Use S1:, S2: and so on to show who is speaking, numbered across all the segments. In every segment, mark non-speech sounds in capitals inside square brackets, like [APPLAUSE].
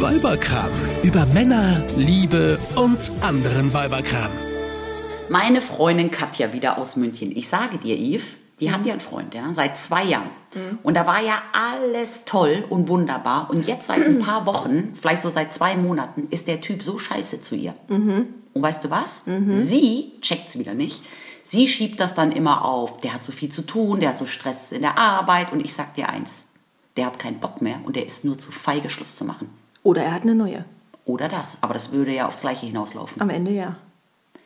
S1: Weiberkram. Über Männer, Liebe und anderen Weiberkram.
S2: Meine Freundin Katja wieder aus München. Ich sage dir, Yves, die hat ja einen Freund, ja, seit zwei Jahren. Und da war ja alles toll und wunderbar. Und jetzt seit ein paar Wochen, vielleicht so seit zwei Monaten, ist der Typ so scheiße zu ihr. Und weißt du was? Sie checkt's wieder nicht. Sie schiebt das dann immer auf. Der hat so viel zu tun, der hat so Stress in der Arbeit. Und ich sag dir eins: der hat keinen Bock mehr und der ist nur zu feige, Schluss zu machen.
S3: Oder er hat eine neue.
S2: Oder das. Aber das würde ja aufs Gleiche hinauslaufen.
S3: Am Ende ja.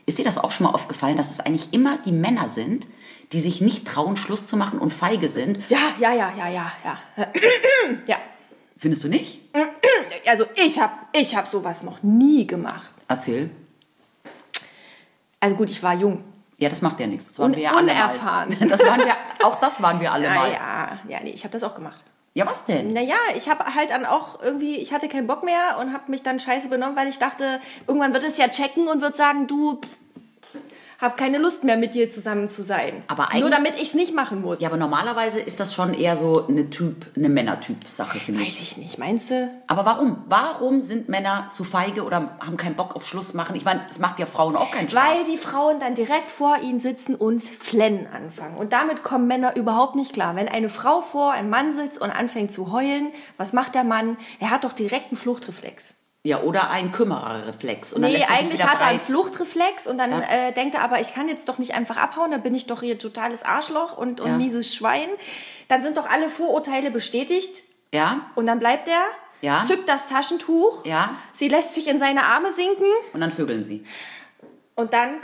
S2: Ist dir das auch schon mal aufgefallen, dass es eigentlich immer die Männer sind, die sich nicht trauen, Schluss zu machen und feige sind?
S3: Ja, ja, ja, ja, ja, ja. [CLEARS THROAT] ja.
S2: Findest du nicht?
S3: Also ich habe ich hab sowas noch nie gemacht.
S2: Erzähl.
S3: Also gut, ich war jung.
S2: Ja, das macht ja nichts. Das
S3: Un-
S2: alle mal.
S3: unerfahren.
S2: [LAUGHS] Das waren wir, auch das waren wir alle
S3: Ja,
S2: mal. Ja.
S3: ja, ja, nee, ich habe das auch gemacht.
S2: was denn?
S3: Naja, ich habe halt dann auch irgendwie, ich hatte keinen Bock mehr und habe mich dann scheiße benommen, weil ich dachte, irgendwann wird es ja checken und wird sagen, du pff, hab keine Lust mehr mit dir zusammen zu sein.
S2: Aber
S3: Nur
S2: eigentlich-
S3: damit ich es nicht machen muss.
S2: Ja, aber normalerweise ist das schon eher so eine Typ, eine Männertyp-Sache, finde ich.
S3: Weiß ich nicht, meinst du?
S2: Aber warum? Warum sind Männer zu feige oder haben keinen Bock auf Schluss machen? Ich meine, es macht ja Frauen auch keinen Spaß.
S3: Weil die Frauen dann direkt vor ihnen sitzen und flennen anfangen. Und damit kommen Männer überhaupt nicht klar. Wenn eine Frau vor einem Mann sitzt und anfängt zu heulen, was macht der Mann? Er hat doch direkt einen Fluchtreflex.
S2: ja, oder ein Kümmererreflex. Und dann
S3: Nee,
S2: lässt er sich
S3: eigentlich
S2: wieder
S3: hat er einen
S2: breit.
S3: Fluchtreflex und dann
S2: Ja.
S3: äh, denkt er, aber ich kann jetzt doch nicht einfach abhauen, dann bin ich doch hier totales Arschloch und, und
S2: Ja.
S3: mieses Schwein. Dann sind doch alle Vorurteile bestätigt
S2: Ja,
S3: und dann bleibt er,
S2: Ja.
S3: zückt das Taschentuch,
S2: Ja.
S3: sie lässt sich in seine Arme sinken
S2: und dann vögeln sie.
S3: und dann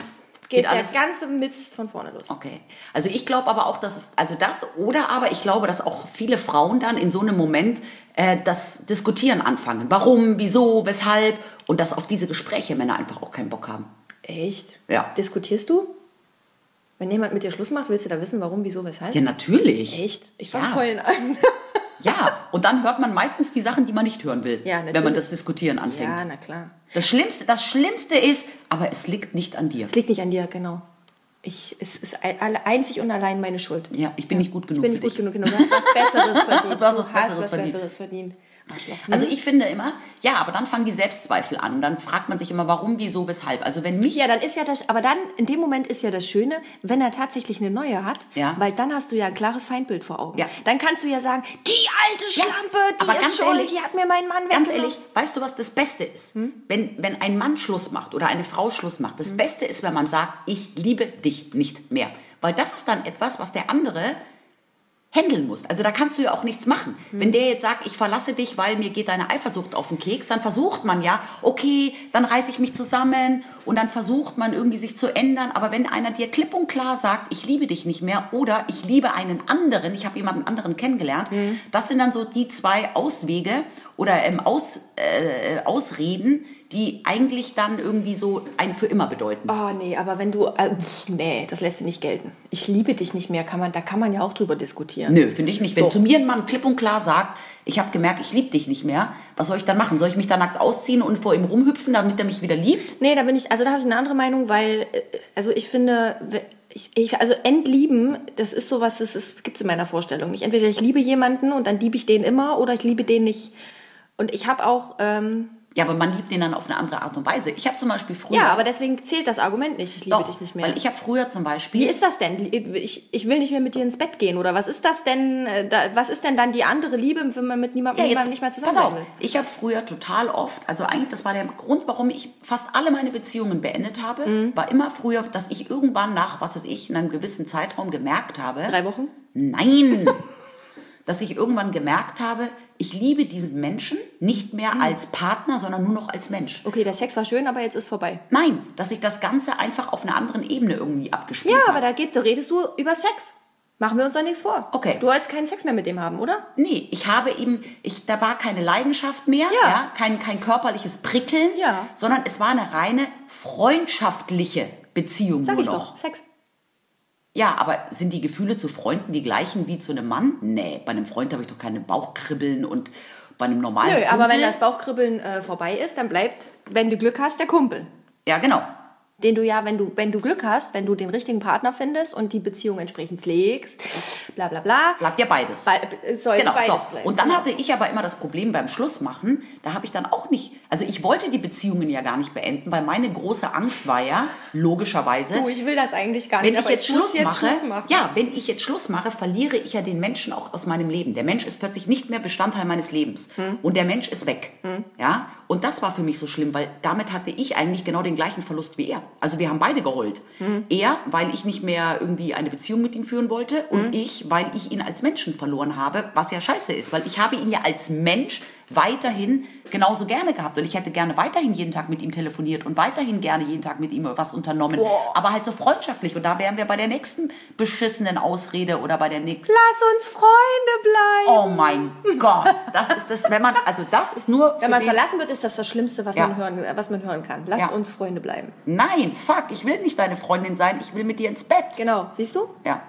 S2: Geht
S3: geht, der
S2: alles-
S3: ganze Mist von vorne los.
S2: Okay. Also ich glaube aber auch, dass es, also das oder aber ich glaube, dass auch viele Frauen dann in so einem Moment äh, das Diskutieren anfangen. Warum, wieso, weshalb und dass auf diese Gespräche Männer einfach auch keinen Bock haben.
S3: Echt?
S2: Ja.
S3: Diskutierst du? Wenn jemand mit dir Schluss macht, willst du da wissen, warum, wieso, weshalb?
S2: Ja, natürlich.
S3: Echt? Ich fang's
S2: Ja.
S3: heulen an.
S2: Ja, und dann hört man meistens die Sachen, die man nicht hören will,
S3: Ja,
S2: wenn man
S3: natürlich.
S2: das Diskutieren anfängt.
S3: Ja, na klar.
S2: das, Schlimmste, das Schlimmste ist, aber es liegt nicht an dir.
S3: Es liegt nicht an dir, genau. Ich, es ist all- alle- einzig und allein meine Schuld.
S2: Ja, ich bin nicht gut genug
S3: Ich bin
S2: für
S3: nicht gut
S2: dich.
S3: genug, genau. Du hast was
S2: [LAUGHS]
S3: Besseres verdient.
S2: Du hast was Besseres verdient.
S3: Besseres verdient. Arschloch.
S2: Also ich finde immer, ja, aber dann fangen die Selbstzweifel an. Dann fragt man sich immer, warum, wieso, weshalb. Also wenn mich
S3: Ja, dann ist ja das, aber dann, in dem Moment ist ja das Schöne, wenn er tatsächlich eine neue hat,
S2: Ja.
S3: weil dann hast du ja ein klares Feindbild vor Augen.
S2: Ja.
S3: Dann kannst du ja sagen, die alte
S2: Ja,
S3: Schlampe, die
S2: aber
S3: ist
S2: ganz
S3: schuld,
S2: ehrlich,
S3: die hat mir meinen Mann
S2: Ganz
S3: weggenommen.
S2: ehrlich, weißt du, was das Beste ist? Wenn, wenn ein Mann Schluss macht oder eine Frau Schluss macht, das Beste ist, wenn man sagt, ich liebe dich nicht mehr. Weil das ist dann etwas, was der andere handeln muss. Also da kannst du ja auch nichts machen. Wenn der jetzt sagt, ich verlasse dich, weil mir geht deine Eifersucht auf den Keks, dann versucht man ja, okay, dann reiße ich mich zusammen und dann versucht man irgendwie sich zu ändern. Aber wenn einer dir klipp und klar sagt, ich liebe dich nicht mehr oder ich liebe einen anderen, ich habe jemanden anderen kennengelernt, das sind dann so die zwei Auswege oder ähm, Aus, äh, Ausreden, die eigentlich dann irgendwie so ein für immer bedeuten.
S3: Oh nee, aber wenn du, äh, pff, nee, das lässt du nicht gelten. Ich liebe dich nicht mehr, kann man, da kann man ja auch drüber diskutieren.
S2: Nö, finde ich nicht. Wenn
S3: Doch.
S2: zu mir ein Mann klipp und klar sagt, ich habe gemerkt, ich liebe dich nicht mehr, was soll ich dann machen? Soll ich mich da nackt ausziehen und vor ihm rumhüpfen, damit er mich wieder liebt?
S3: Nee, da bin ich, also da habe ich eine andere Meinung, weil, äh, also ich finde, we- ich, ich, also entlieben, das ist sowas, das, das gibt es in meiner Vorstellung nicht. Entweder ich liebe jemanden und dann liebe ich den immer oder ich liebe den nicht. Und ich habe auch, ähm,
S2: Ja, aber man liebt den dann auf eine andere Art und Weise. Ich habe zum Beispiel früher...
S3: ja, aber deswegen zählt das Argument nicht, ich liebe
S2: doch,
S3: dich nicht mehr.
S2: Weil ich habe früher zum Beispiel...
S3: Wie ist das denn? Ich, ich will nicht mehr mit dir ins Bett gehen oder was ist das denn, äh, da, was ist denn dann die andere Liebe, wenn man mit niemandem
S2: ja, jetzt,
S3: nicht mehr zusammen
S2: pass auf,
S3: sein will?
S2: ich habe früher total oft, also eigentlich das war der Grund, warum ich fast alle meine Beziehungen beendet habe,
S3: Mhm.
S2: war immer früher, dass ich irgendwann nach, was weiß ich, in einem gewissen Zeitraum gemerkt habe...
S3: Drei Wochen?
S2: Nein! [LAUGHS] dass ich irgendwann gemerkt habe, ich liebe diesen Menschen nicht mehr
S3: Hm.
S2: als Partner, sondern nur noch als Mensch.
S3: Okay, der Sex war schön, aber jetzt ist vorbei.
S2: Nein, dass ich das Ganze einfach auf einer anderen Ebene irgendwie abgespielt
S3: Ja,
S2: habe.
S3: aber da geht, da redest du über Sex. Machen wir uns doch nichts vor.
S2: Okay.
S3: Du wolltest keinen Sex mehr mit dem haben, oder?
S2: Nee, ich habe ihm, ich, da war keine Leidenschaft mehr, ja.
S3: Ja.
S2: kein, kein körperliches Prickeln,
S3: Ja.
S2: sondern es war eine reine freundschaftliche Beziehung
S3: Sag
S2: nur
S3: ich
S2: noch.
S3: doch. Sex.
S2: Ja, aber sind die Gefühle zu Freunden die gleichen wie zu einem Mann? Nee, bei einem Freund habe ich doch keine Bauchkribbeln und bei einem normalen
S3: Nö, aber
S2: Kumpel-
S3: wenn das Bauchkribbeln äh, vorbei ist, dann bleibt, wenn du Glück hast, der Kumpel.
S2: Ja, genau.
S3: den du ja, wenn du, wenn du Glück hast, wenn du den richtigen Partner findest und die Beziehung entsprechend pflegst, bla bla bla.
S2: Bleibt ja beides.
S3: Be soll
S2: Genau,
S3: beides
S2: so.
S3: bleiben.
S2: Und dann hatte ich aber immer das Problem beim Schluss machen, da habe ich dann auch nicht, also ich wollte die Beziehungen ja gar nicht beenden, weil meine große Angst war ja, logischerweise,
S3: du, ich will das eigentlich gar
S2: wenn
S3: nicht,
S2: ich
S3: aber
S2: jetzt,
S3: ich
S2: Schluss,
S3: muss jetzt
S2: mache,
S3: Schluss machen.
S2: ja, wenn ich jetzt Schluss mache, verliere ich ja den Menschen auch aus meinem Leben. Der Mensch ist plötzlich nicht mehr Bestandteil meines Lebens
S3: Hm.
S2: und der Mensch ist weg. Ja, und das war für mich so schlimm, weil damit hatte ich eigentlich genau den gleichen Verlust wie er. Also wir haben beide geheult.
S3: Hm.
S2: Er, weil ich nicht mehr irgendwie eine Beziehung mit ihm führen wollte
S3: Hm.
S2: und ich, weil ich ihn als Menschen verloren habe, was ja scheiße ist, weil ich habe ihn ja als Mensch weiterhin genauso gerne gehabt und ich hätte gerne weiterhin jeden Tag mit ihm telefoniert und weiterhin gerne jeden Tag mit ihm was unternommen, aber halt so freundschaftlich und da wären wir bei der nächsten beschissenen Ausrede oder bei der nächsten
S3: Lass uns Freunde bleiben.
S2: Oh mein Gott, das ist das, wenn man also das ist nur für
S3: wenn man
S2: wen-
S3: verlassen wird, ist das das Schlimmste, was,
S2: Ja.
S3: man, hören, äh, was man hören kann. Lass
S2: Ja.
S3: uns Freunde bleiben.
S2: Nein, fuck, ich will nicht deine Freundin sein, ich will mit dir ins Bett.
S3: Genau, siehst du?
S2: Ja.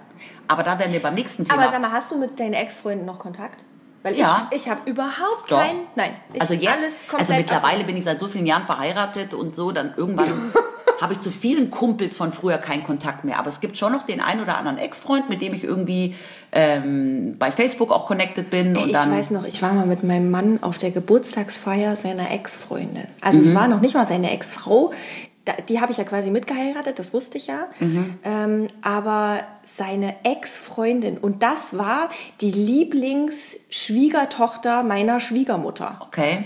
S2: Aber da wären wir beim nächsten Thema.
S3: Aber sag mal, hast du mit deinen Ex-Freunden noch Kontakt? Weil
S2: Ja.
S3: ich, ich habe überhaupt
S2: Doch.
S3: keinen. Nein, ich
S2: also jetzt,
S3: alles komplett
S2: also mittlerweile
S3: ab-
S2: bin ich seit so vielen Jahren verheiratet und so, dann
S3: [LAUGHS]
S2: irgendwann habe ich zu vielen Kumpels von früher keinen Kontakt mehr. Aber es gibt schon noch den einen oder anderen Ex-Freund, mit dem ich irgendwie ähm, bei Facebook auch connected bin.
S3: Ey,
S2: und
S3: Ich
S2: dann,
S3: weiß noch, ich war mal mit meinem Mann auf der Geburtstagsfeier seiner Ex-Freundin. Also
S2: Mhm.
S3: es war noch nicht mal seine Ex-Frau. Da- Die habe ich ja quasi mitgeheiratet, das wusste ich ja.
S2: Mhm.
S3: Ähm, aber seine Ex-Freundin. Und das war die Lieblingsschwiegertochter meiner Schwiegermutter.
S2: Okay.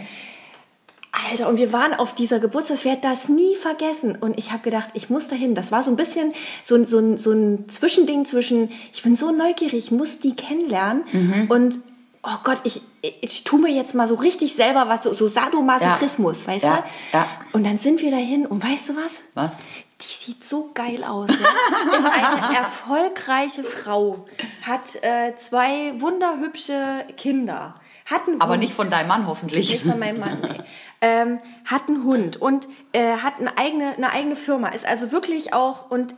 S3: Alter, und wir waren auf dieser Geburtstagsfeier, ich werde das nie vergessen. Und ich habe gedacht, ich muss dahin. Das war so ein bisschen so, ein- so, ein, so ein Zwischending zwischen, ich bin so neugierig, ich muss die kennenlernen.
S2: Mhm.
S3: Und, oh Gott, ich, ich, ich tue mir jetzt mal so richtig selber was, so, so Sadomasochismus, weißt
S2: Ja,
S3: du?
S2: ja.
S3: Und dann sind wir dahin und weißt du was?
S2: Was?
S3: Die sieht so geil aus. Ne? [LAUGHS] Ist eine erfolgreiche Frau, hat äh, zwei wunderhübsche Kinder, hat einen
S2: Aber
S3: Hund.
S2: nicht von deinem Mann hoffentlich.
S3: Nicht von meinem Mann, nee. ähm, Hat einen Hund und äh, hat eine eigene, eine eigene Firma. Ist also wirklich auch und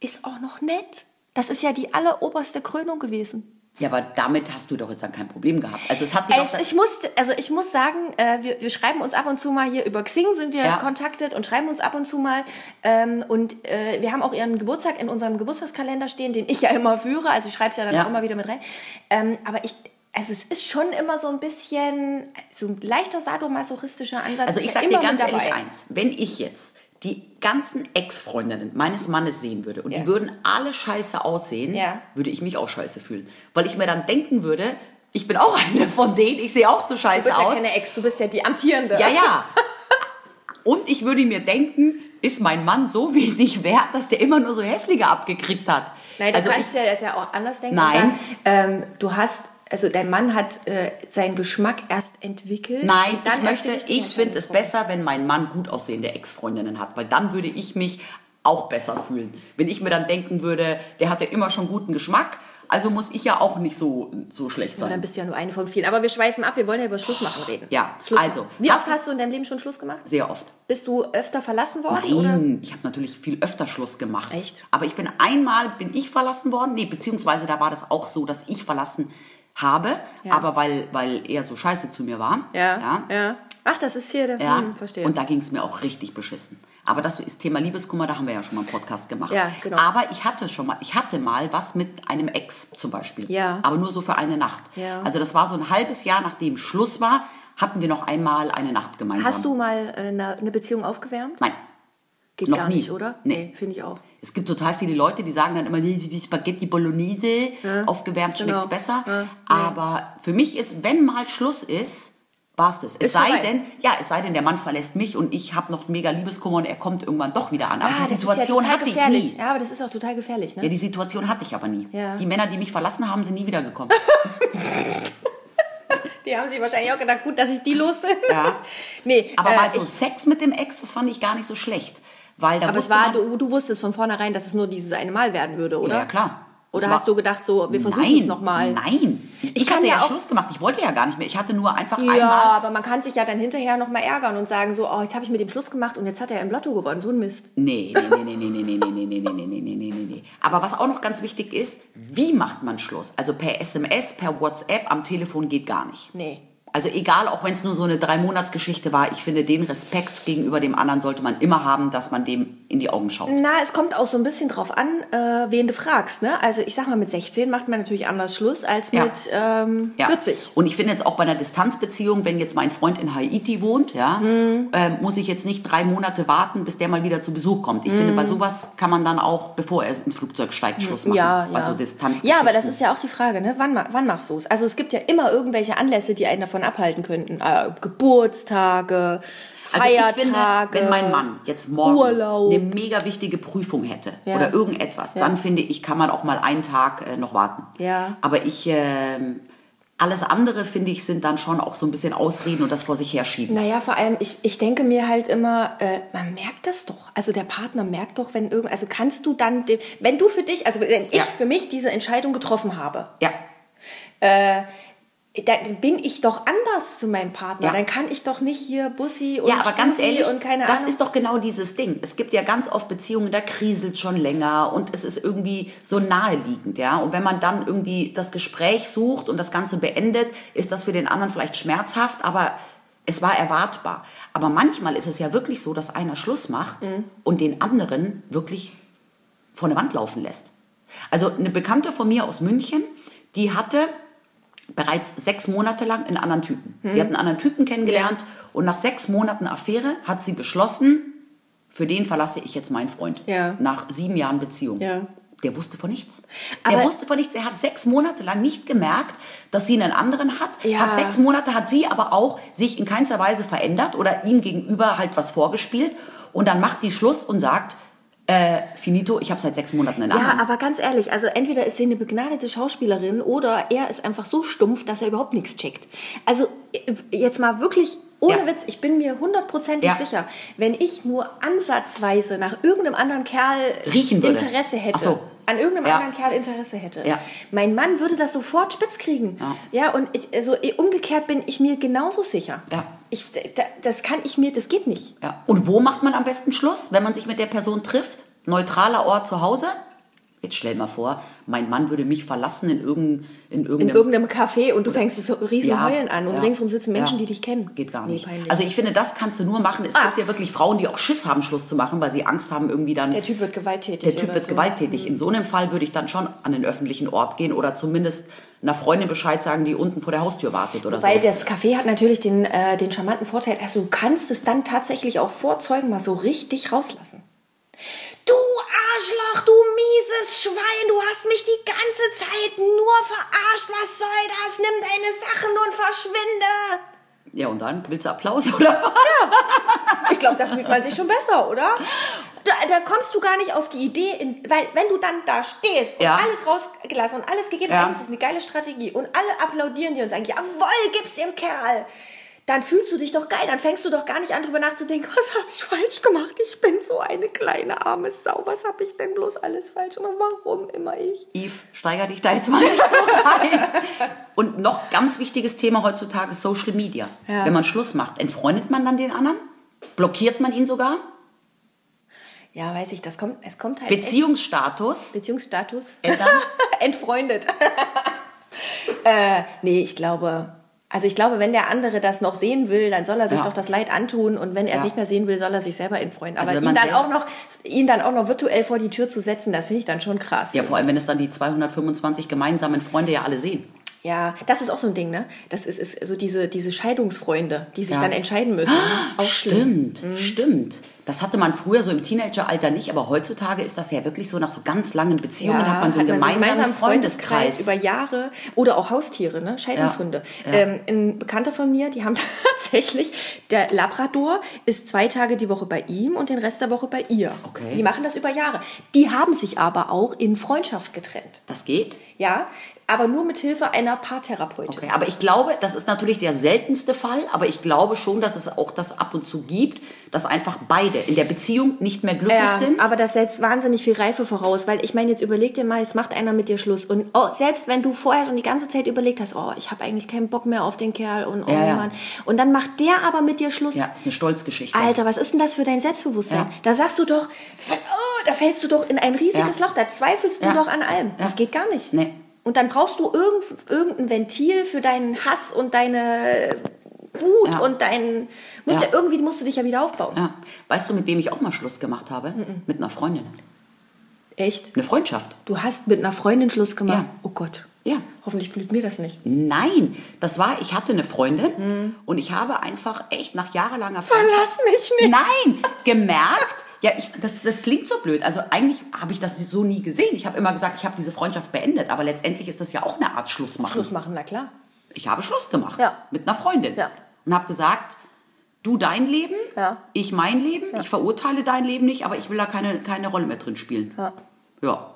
S3: ist auch noch nett. Das ist ja die alleroberste Krönung gewesen.
S2: Ja, aber damit hast du doch jetzt dann kein Problem gehabt. Also es hat dir
S3: Es,
S2: doch...
S3: ich, muss, also ich muss sagen, äh, wir, wir schreiben uns ab und zu mal hier über Xing sind wir
S2: Ja.
S3: kontaktet und schreiben uns ab und zu mal. Ähm, und äh, wir haben auch ihren Geburtstag in unserem Geburtstagskalender stehen, den ich ja immer führe. Also ich schreibe es ja dann
S2: Ja.
S3: auch immer wieder mit rein. Ähm, aber ich, also es ist schon immer so ein bisschen, so ein leichter sadomasochistischer Ansatz.
S2: Also
S3: ist
S2: ich
S3: ja
S2: sag dir
S3: immer
S2: ganz
S3: mit dabei.
S2: ehrlich eins, wenn ich jetzt die ganzen Ex-Freundinnen meines Mannes sehen würde und
S3: Ja.
S2: die würden alle scheiße aussehen,
S3: Ja.
S2: würde ich mich auch scheiße fühlen. Weil ich mir dann denken würde, ich bin auch [LAUGHS] eine von denen, ich sehe auch so scheiße
S3: Du bist ja
S2: aus.
S3: keine Ex, du bist ja die amtierende.
S2: ja, ja. Und ich würde mir denken, ist mein Mann so wenig wert, dass der immer nur so hässliche abgekriegt hat.
S3: Nein, du
S2: also
S3: kannst ja das ja auch anders denken.
S2: Nein.
S3: Dann, ähm, du hast, also dein Mann hat äh, seinen Geschmack erst entwickelt.
S2: Nein,
S3: und
S2: ich
S3: dann erst
S2: möchte,
S3: die
S2: ich finde es
S3: Richtung
S2: besser, wenn mein Mann gut aussehende Ex-Freundinnen hat, weil dann würde ich mich auch besser fühlen. Wenn ich mir dann denken würde, der hat ja immer schon guten Geschmack, also muss ich ja auch nicht so, so schlecht
S3: getroffen. Dann
S2: sein.
S3: bist du ja nur eine von vielen. Aber wir schweifen ab, wir wollen ja über Schluss machen reden.
S2: Ja,
S3: Schluss
S2: also,
S3: Machen. Wie
S2: hast
S3: oft
S2: es-
S3: hast du in deinem Leben schon Schluss gemacht?
S2: Sehr oft.
S3: Bist du öfter verlassen worden? Oder?
S2: Nein, ich habe natürlich viel öfter Schluss gemacht.
S3: Echt?
S2: Aber ich bin einmal, bin ich verlassen worden, nee, beziehungsweise da war das auch so, dass ich verlassen habe, aber weil, weil er so scheiße zu mir war.
S3: Ja, ja. Ach, das ist hier der.
S2: Ja,
S3: Hm, verstehe.
S2: und da ging es mir auch richtig beschissen. Aber das ist Thema Liebeskummer, da haben wir ja schon mal einen Podcast gemacht.
S3: Ja, genau.
S2: Aber ich hatte schon mal, ich hatte mal was mit einem Ex zum Beispiel.
S3: Ja.
S2: Aber nur so für eine Nacht.
S3: Ja.
S2: Also das war so ein halbes Jahr, nachdem Schluss war, hatten wir noch einmal eine Nacht gemeinsam.
S3: hast du mal äh, eine, eine Beziehung aufgewärmt?
S2: Nein.
S3: Geht
S2: noch
S3: gar
S2: nie.
S3: nicht, oder?
S2: Nee.
S3: finde ich auch.
S2: Es gibt total viele Leute, die sagen dann immer, nee, die Spaghetti Bolognese, aufgewärmt
S3: genau.
S2: schmeckt's besser.
S3: Ja, ja.
S2: Aber für mich ist, wenn mal Schluss ist, war's das. Es
S3: Ist
S2: sei
S3: vorbei.
S2: denn, ja, es sei denn, der Mann verlässt mich und ich habe noch mega Liebeskummer und er kommt irgendwann doch wieder an.
S3: Ah,
S2: Aber die Situation
S3: total
S2: hatte ich
S3: gefährlich.
S2: nie.
S3: Ja, aber das ist auch total gefährlich, ne?
S2: Ja, die Situation hatte ich aber nie.
S3: Ja.
S2: Die Männer, die mich verlassen haben, sind nie wiedergekommen.
S3: [LAUGHS] Die haben sich wahrscheinlich auch gedacht, gut, dass ich die los bin.
S2: Ja.
S3: [LAUGHS] nee,
S2: Aber
S3: äh,
S2: mal so
S3: ich,
S2: Sex mit dem Ex, das fand ich gar nicht so schlecht. Weil da
S3: aber es
S2: wusste man,
S3: war, du, du wusstest von vornherein, dass es nur dieses eine Mal werden würde, oder?
S2: Ja, ja, klar.
S3: Oder
S2: Es war-
S3: hast du gedacht, so, wir versuchen
S2: nein,
S3: es nochmal?
S2: Nein. Ich,
S3: Ich kann
S2: hatte ja
S3: ja auch-
S2: Schluss gemacht. Ich wollte ja gar nicht mehr. Ich hatte nur einfach
S3: Ja,
S2: einmal.
S3: aber man kann sich ja dann hinterher nochmal ärgern und sagen, so, oh, jetzt habe ich mit dem Schluss gemacht und jetzt hat er im Lotto gewonnen. So ein Mist.
S2: Nee, nee, nee, nee, nee, nee, nee, nee, nee, nee, nee, nee, nee, nee, nee, nee. Aber was auch noch ganz wichtig ist, wie macht man Schluss? Also per SMS, per WhatsApp, am Telefon geht gar nicht.
S3: Nee.
S2: Also egal, auch wenn es nur so eine Drei-Monats-Geschichte war, ich finde, den Respekt gegenüber dem anderen sollte man immer haben, dass man dem in die Augen schaut.
S3: Na, es kommt auch so ein bisschen drauf an, äh, wen du fragst. Ne? Also ich sag mal, mit 16 macht man natürlich anders Schluss als
S2: Ja.
S3: mit ähm,
S2: Ja.
S3: 40.
S2: Und ich finde jetzt auch bei einer Distanzbeziehung, wenn jetzt mein Freund in Haiti wohnt, ja,
S3: Mhm.
S2: ähm, muss ich jetzt nicht drei Monate warten, bis der mal wieder zu Besuch kommt. Ich
S3: Mhm.
S2: finde, bei sowas kann man dann auch, bevor er ins Flugzeug steigt, Schluss machen.
S3: Ja,
S2: Bei
S3: ja.
S2: so Distanz.
S3: ja, aber das ist ja auch die Frage, ne? wann, ma- wann machst du es? Also es gibt ja immer irgendwelche Anlässe, die einen davon abhalten könnten. Äh, Geburtstage,
S2: Also ich
S3: Feiertage.
S2: finde, wenn mein Mann jetzt morgen
S3: Urlaub.
S2: eine mega wichtige Prüfung hätte
S3: Ja.
S2: oder irgendetwas,
S3: Ja.
S2: dann finde ich, kann man auch mal einen Tag äh, noch warten.
S3: Ja.
S2: Aber ich, ähm, alles andere finde ich, sind dann schon auch so ein bisschen Ausreden und das vor sich herschieben.
S3: Naja, vor allem, ich, ich denke mir halt immer, äh, man merkt das doch. Also der Partner merkt doch, wenn irgend, also kannst du dann, dem, wenn du für dich, also wenn ich
S2: Ja.
S3: für mich diese Entscheidung getroffen habe,
S2: Ja.
S3: dann bin ich doch anders zu meinem Partner.
S2: Ja.
S3: Dann kann ich doch nicht hier Bussi und
S2: Ja, aber ganz
S3: Stinsi
S2: ehrlich,
S3: und keine
S2: das
S3: Ahnung.
S2: ist doch genau dieses Ding. Es gibt ja ganz oft Beziehungen, da kriselt schon länger und es ist irgendwie so naheliegend, ja. Und wenn man dann irgendwie das Gespräch sucht und das Ganze beendet, ist das für den anderen vielleicht schmerzhaft, aber es war erwartbar. Aber manchmal ist es ja wirklich so, dass einer Schluss macht
S3: Mhm.
S2: und den anderen wirklich vor eine Wand laufen lässt. Also eine Bekannte von mir aus München, die hatte bereits sechs Monate lang einen anderen Typen. Die
S3: Hm.
S2: hat einen anderen Typen kennengelernt und nach sechs Monaten Affäre hat sie beschlossen, für den verlasse ich jetzt meinen Freund.
S3: Ja.
S2: Nach sieben Jahren Beziehung.
S3: Ja.
S2: Der wusste von nichts.
S3: Aber-
S2: der wusste von nichts. Er hat sechs Monate lang nicht gemerkt, dass sie einen anderen hat.
S3: Ja.
S2: Hat sechs Monate, hat sie aber auch sich in keinster Weise verändert oder ihm gegenüber halt was vorgespielt. Und dann macht die Schluss und sagt, äh, finito, ich habe seit sechs Monaten einen
S3: ja,
S2: anderen.
S3: aber ganz ehrlich, also entweder ist sie eine begnadete Schauspielerin oder er ist einfach so stumpf, dass er überhaupt nichts checkt. Also äh, jetzt mal wirklich ohne
S2: Ja.
S3: Witz, ich bin mir hundertprozentig
S2: Ja.
S3: sicher, wenn ich nur ansatzweise nach irgendeinem anderen Kerl
S2: Riechen würde.
S3: Interesse hätte.
S2: Ach so.
S3: An irgendeinem
S2: Ja.
S3: anderen Kerl Interesse hätte.
S2: Ja.
S3: Mein Mann würde das sofort spitz kriegen.
S2: Ja.
S3: und ich, also eh, umgekehrt bin ich mir genauso sicher.
S2: Ja.
S3: Ich, da, das kann ich mir, das geht nicht.
S2: Ja. Und wo macht man am besten Schluss, wenn man sich mit der Person trifft? Neutraler Ort zu Hause? Jetzt stell mal vor, mein Mann würde mich verlassen in, irgendein, in
S3: in
S2: irgendeinem...
S3: irgendeinem Café und du fängst das riesen Heulen an und
S2: ja,
S3: ringsrum sitzen Menschen,
S2: ja.
S3: die dich kennen.
S2: Geht gar
S3: Nee,
S2: nicht.
S3: peinlich.
S2: also ich finde, das kannst du nur machen. Es
S3: Ah.
S2: gibt ja wirklich Frauen, die auch Schiss haben, Schluss zu machen, weil sie Angst haben, irgendwie dann...
S3: der Typ wird gewalttätig.
S2: Der Typ
S3: oder
S2: wird
S3: so. Mhm.
S2: gewalttätig. In so einem Fall würde ich dann schon an den öffentlichen Ort gehen oder zumindest einer Freundin Bescheid sagen, die unten vor der Haustür wartet oder
S3: Weil
S2: so.
S3: das Café hat natürlich den, äh, den charmanten Vorteil, also du kannst es dann tatsächlich auch vor Zeugen mal so richtig rauslassen. Du Arschloch, du mieses Schwein, du hast mich die ganze Zeit nur verarscht. Was soll das? Nimm deine Sachen und verschwinde.
S2: Ja, und dann willst du Applaus [LAUGHS] oder was?
S3: Ich glaube, da fühlt man sich schon besser, oder? Da, da kommst du gar nicht auf die Idee, in, weil wenn du dann da stehst und
S2: Ja.
S3: alles rausgelassen und alles gegeben,
S2: Ja.
S3: ja. das ist eine geile Strategie und alle applaudieren dir und sagen, jawohl, gib's dem Kerl. Dann fühlst du dich doch geil, dann fängst du doch gar nicht an, drüber nachzudenken, [LAUGHS] was habe ich falsch gemacht? Ich bin so eine kleine arme Sau, was habe ich denn bloß alles falsch gemacht? Warum immer ich?
S2: Eve, steiger dich da jetzt mal nicht so rein. Und noch ganz wichtiges Thema heutzutage ist Social Media.
S3: Ja.
S2: Wenn man Schluss macht, entfreundet man dann den anderen? Blockiert man ihn sogar?
S3: Ja, weiß ich, das kommt, es kommt halt echt-
S2: Beziehungsstatus?
S3: Beziehungsstatus.
S2: Eltern?
S3: [LAUGHS] Entfreundet. äh, nee, ich glaube. Also ich glaube, wenn der andere das noch sehen will, dann soll er sich
S2: Ja.
S3: doch das Leid antun und wenn er es
S2: Ja.
S3: nicht mehr sehen will, soll er sich selber entfreuen. Aber
S2: Also wenn
S3: ihn
S2: man
S3: dann
S2: selber-
S3: auch noch ihn dann auch noch virtuell vor die Tür zu setzen, das finde ich dann schon krass.
S2: Ja, vor allem, wenn es dann die 225 gemeinsamen Freunde ja alle sehen.
S3: Ja, das ist auch so ein Ding, ne? Das ist, ist so diese diese Scheidungsfreunde, die sich
S2: Ja.
S3: dann entscheiden
S2: [GASPS]
S3: müssen. Auch schlimm.
S2: Stimmt, stimmt. Das hatte man früher so im Teenageralter nicht, aber heutzutage ist das ja wirklich so nach so ganz langen Beziehungen
S3: Ja,
S2: hat man so einen gemeinsamen, Freundeskreis.
S3: über Jahre oder auch Haustiere, ne? Scheidungshunde.
S2: Ja, ja.
S3: Ähm, ein Bekannter von mir, die haben [LAUGHS] tatsächlich, der Labrador ist zwei Tage die Woche bei ihm und den Rest der Woche bei ihr.
S2: Okay.
S3: Die machen das über Jahre. Die haben sich aber auch in Freundschaft getrennt.
S2: das geht?
S3: Ja, aber nur mit Hilfe einer Paartherapeutin.
S2: Okay, aber ich glaube, das ist natürlich der seltenste Fall, aber ich glaube schon, dass es auch das ab und zu gibt, dass einfach beide in der Beziehung nicht mehr glücklich
S3: Ja,
S2: sind.
S3: aber das setzt wahnsinnig viel Reife voraus, weil ich meine, jetzt überleg dir mal, jetzt macht einer mit dir Schluss und oh, selbst wenn du vorher schon die ganze Zeit überlegt hast, oh, ich habe eigentlich keinen Bock mehr auf den Kerl und oh
S2: Ja, ja.
S3: Mann, und dann macht der aber mit dir Schluss.
S2: ja, ist eine Stolzgeschichte.
S3: Alter, was ist denn das für dein Selbstbewusstsein?
S2: Ja.
S3: Da sagst du doch, oh, da fällst du doch in ein riesiges
S2: Ja.
S3: Loch, da zweifelst
S2: Ja.
S3: du doch an allem.
S2: Ja.
S3: Das geht gar nicht.
S2: Nee.
S3: Und dann brauchst du irgend, irgendein Ventil für deinen Hass und deine Wut
S2: Ja.
S3: und dein. Musst
S2: Ja.
S3: ja. irgendwie musst du dich ja wieder aufbauen.
S2: Ja. Weißt du, mit wem ich auch mal Schluss gemacht habe?
S3: Mhm.
S2: Mit einer Freundin.
S3: Echt?
S2: Eine Freundschaft.
S3: Du hast mit einer Freundin Schluss gemacht.
S2: Ja.
S3: Oh Gott.
S2: Ja.
S3: Hoffentlich blüht mir das nicht.
S2: Nein, das war, ich hatte eine Freundin und ich habe einfach echt nach jahrelanger
S3: Mhm. Verlass mich nicht.
S2: Nein, gemerkt. Ja, ich, das, das klingt so blöd. Also eigentlich habe ich das so nie gesehen. Ich habe immer gesagt, ich habe diese Freundschaft beendet, aber letztendlich ist das ja auch eine Art Schluss machen.
S3: Schluss machen, na klar.
S2: Ich habe Schluss gemacht
S3: Ja.
S2: mit einer Freundin
S3: Ja.
S2: und habe gesagt, du dein Leben,
S3: Ja.
S2: ich mein Leben, ich verurteile dein Leben nicht, aber ich will da keine, keine Rolle mehr drin spielen.
S3: Ja.
S2: ja.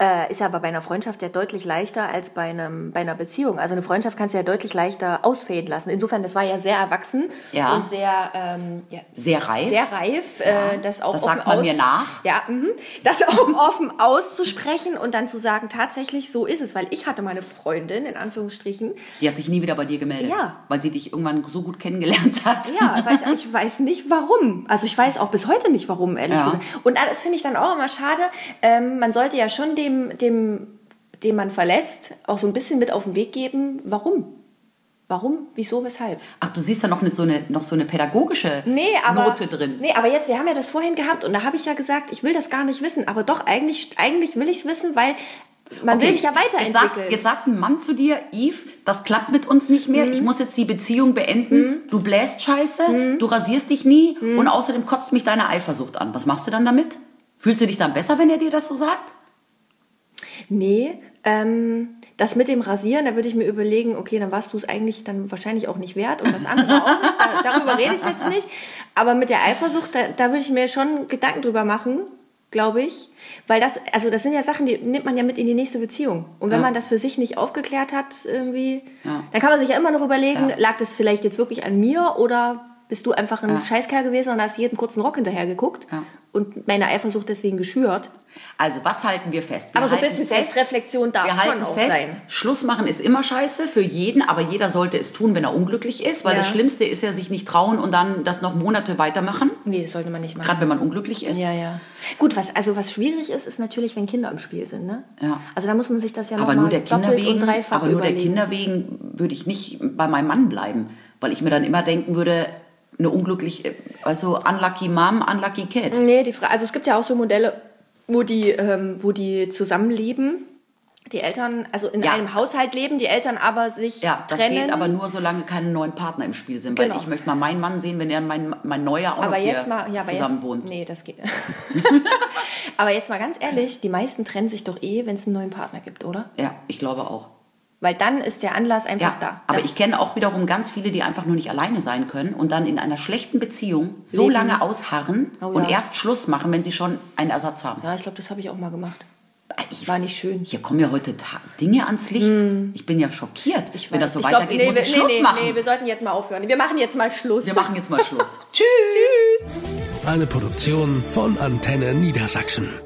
S3: Äh, ist ja aber bei einer Freundschaft ja deutlich leichter als bei, einem, bei einer Beziehung. Also eine Freundschaft kannst du ja deutlich leichter ausfäden lassen. Insofern, das war ja sehr erwachsen
S2: Ja.
S3: und sehr, ähm, ja,
S2: Sehr reif.
S3: sehr reif, äh, das auch
S2: Das
S3: offen
S2: sagt man
S3: aus-
S2: mir nach.
S3: Ja, mhm. das auch [LAUGHS] offen auszusprechen und dann zu sagen, tatsächlich so ist es, weil ich hatte meine Freundin in Anführungsstrichen.
S2: Die hat sich nie wieder bei dir gemeldet,
S3: Ja.
S2: weil sie dich irgendwann so gut kennengelernt hat.
S3: Ja, weiß, ich weiß nicht warum. Also ich weiß auch bis heute nicht warum, ehrlich
S2: Ja.
S3: gesagt. Und das finde ich dann auch immer schade. Ähm, man sollte ja schon dem, dem, dem man verlässt, auch so ein bisschen mit auf den Weg geben, warum. Warum, wieso, weshalb?
S2: Ach, du siehst da noch eine, so, eine, noch so eine pädagogische
S3: Nee, aber,
S2: Note drin.
S3: Nee, aber jetzt, wir haben ja das vorhin gehabt und da habe ich ja gesagt, ich will das gar nicht wissen. Aber doch, eigentlich, eigentlich will ich es wissen, weil man will sich ja weiterentwickeln.
S2: Jetzt sagt, jetzt sagt ein Mann zu dir, Yves, das klappt mit uns nicht mehr,
S3: Mhm.
S2: ich muss jetzt die Beziehung beenden, du bläst Scheiße, du rasierst dich nie
S3: Mhm.
S2: und außerdem kotzt mich deine Eifersucht an. Was machst du dann damit? Fühlst du dich dann besser, wenn er dir das so sagt?
S3: Nee, ähm, das mit dem Rasieren, da würde ich mir überlegen, okay, dann warst du es eigentlich dann wahrscheinlich auch nicht wert und das andere auch nicht, da, darüber rede ich jetzt nicht. Aber mit der Eifersucht, da, da würde ich mir schon Gedanken drüber machen, glaube ich. Weil das, also das sind ja Sachen, die nimmt man ja mit in die nächste Beziehung. Und wenn
S2: Ja.
S3: man das für sich nicht aufgeklärt hat, irgendwie,
S2: Ja.
S3: dann kann man sich ja immer noch überlegen,
S2: Ja.
S3: lag das vielleicht jetzt wirklich an mir oder bist du einfach ein
S2: Ja.
S3: Scheißkerl gewesen und hast jeden kurzen Rock hinterher geguckt
S2: Ja.
S3: und meine Eifersucht deswegen geschürt.
S2: Also, was halten wir fest? Wir
S3: Aber so ein
S2: halten
S3: bisschen
S2: fest-
S3: Selbstreflexion darf
S2: wir
S3: schon
S2: halten
S3: auch
S2: fest,
S3: sein.
S2: Schluss machen ist immer scheiße für jeden, aber jeder sollte es tun, wenn er unglücklich ist, weil
S3: Ja.
S2: das Schlimmste ist ja sich nicht trauen und dann das noch Monate weitermachen,
S3: Nee, das sollte man nicht machen.
S2: gerade wenn man unglücklich ist.
S3: Ja, ja. Gut, was also was schwierig ist, ist natürlich, wenn Kinder im Spiel sind, ne?
S2: Ja.
S3: Also da muss man sich das ja
S2: Aber
S3: noch
S2: nur
S3: mal
S2: der Kinder
S3: doppelt und
S2: wegen,
S3: dreifach
S2: aber nur der
S3: überlegen.
S2: Kinder wegen würde ich nicht bei meinem Mann bleiben, weil ich mir dann immer denken würde, eine unglücklich, also unlucky mom, unlucky kid.
S3: Nee, die Frage, also es gibt ja auch so Modelle, wo die, ähm, wo die zusammenleben, die Eltern, also in
S2: Ja.
S3: einem Haushalt leben, die Eltern aber sich
S2: Ja, das
S3: trennen.
S2: geht aber nur, solange keine neuen Partner im Spiel sind, weil
S3: Genau.
S2: ich möchte mal meinen Mann sehen, wenn er mein, mein neuer auch
S3: aber
S2: noch
S3: jetzt
S2: hier
S3: mal, ja, aber
S2: zusammen
S3: jetzt,
S2: wohnt.
S3: Nee, das geht. [LAUGHS] aber jetzt mal ganz ehrlich, die meisten trennen sich doch eh, wenn es einen neuen Partner gibt, oder?
S2: Ja, ich glaube auch.
S3: Weil dann ist der Anlass einfach
S2: Ja,
S3: da.
S2: aber
S3: Das-
S2: ich kenne auch wiederum ganz viele, die einfach nur nicht alleine sein können und dann in einer schlechten Beziehung so
S3: Leben.
S2: lange ausharren
S3: Oh
S2: und
S3: ja.
S2: erst Schluss machen, wenn sie schon einen Ersatz haben.
S3: Ja, ich glaube, das habe ich auch mal gemacht.
S2: Äh, Ich,
S3: War nicht schön. Hm.
S2: Hier kommen ja heute Ta Dinge ans Licht. Ich bin ja schockiert. Wenn das so
S3: glaub,
S2: weitergeht,
S3: nee,
S2: muss
S3: wir-
S2: ich Schluss
S3: nee, nee,
S2: machen.
S3: Nee, wir sollten jetzt mal aufhören. Wir machen jetzt mal Schluss.
S2: Wir machen
S3: [LAUGHS]
S2: jetzt mal Schluss.
S3: Tschüss.
S1: Eine Produktion von Antenne Niedersachsen.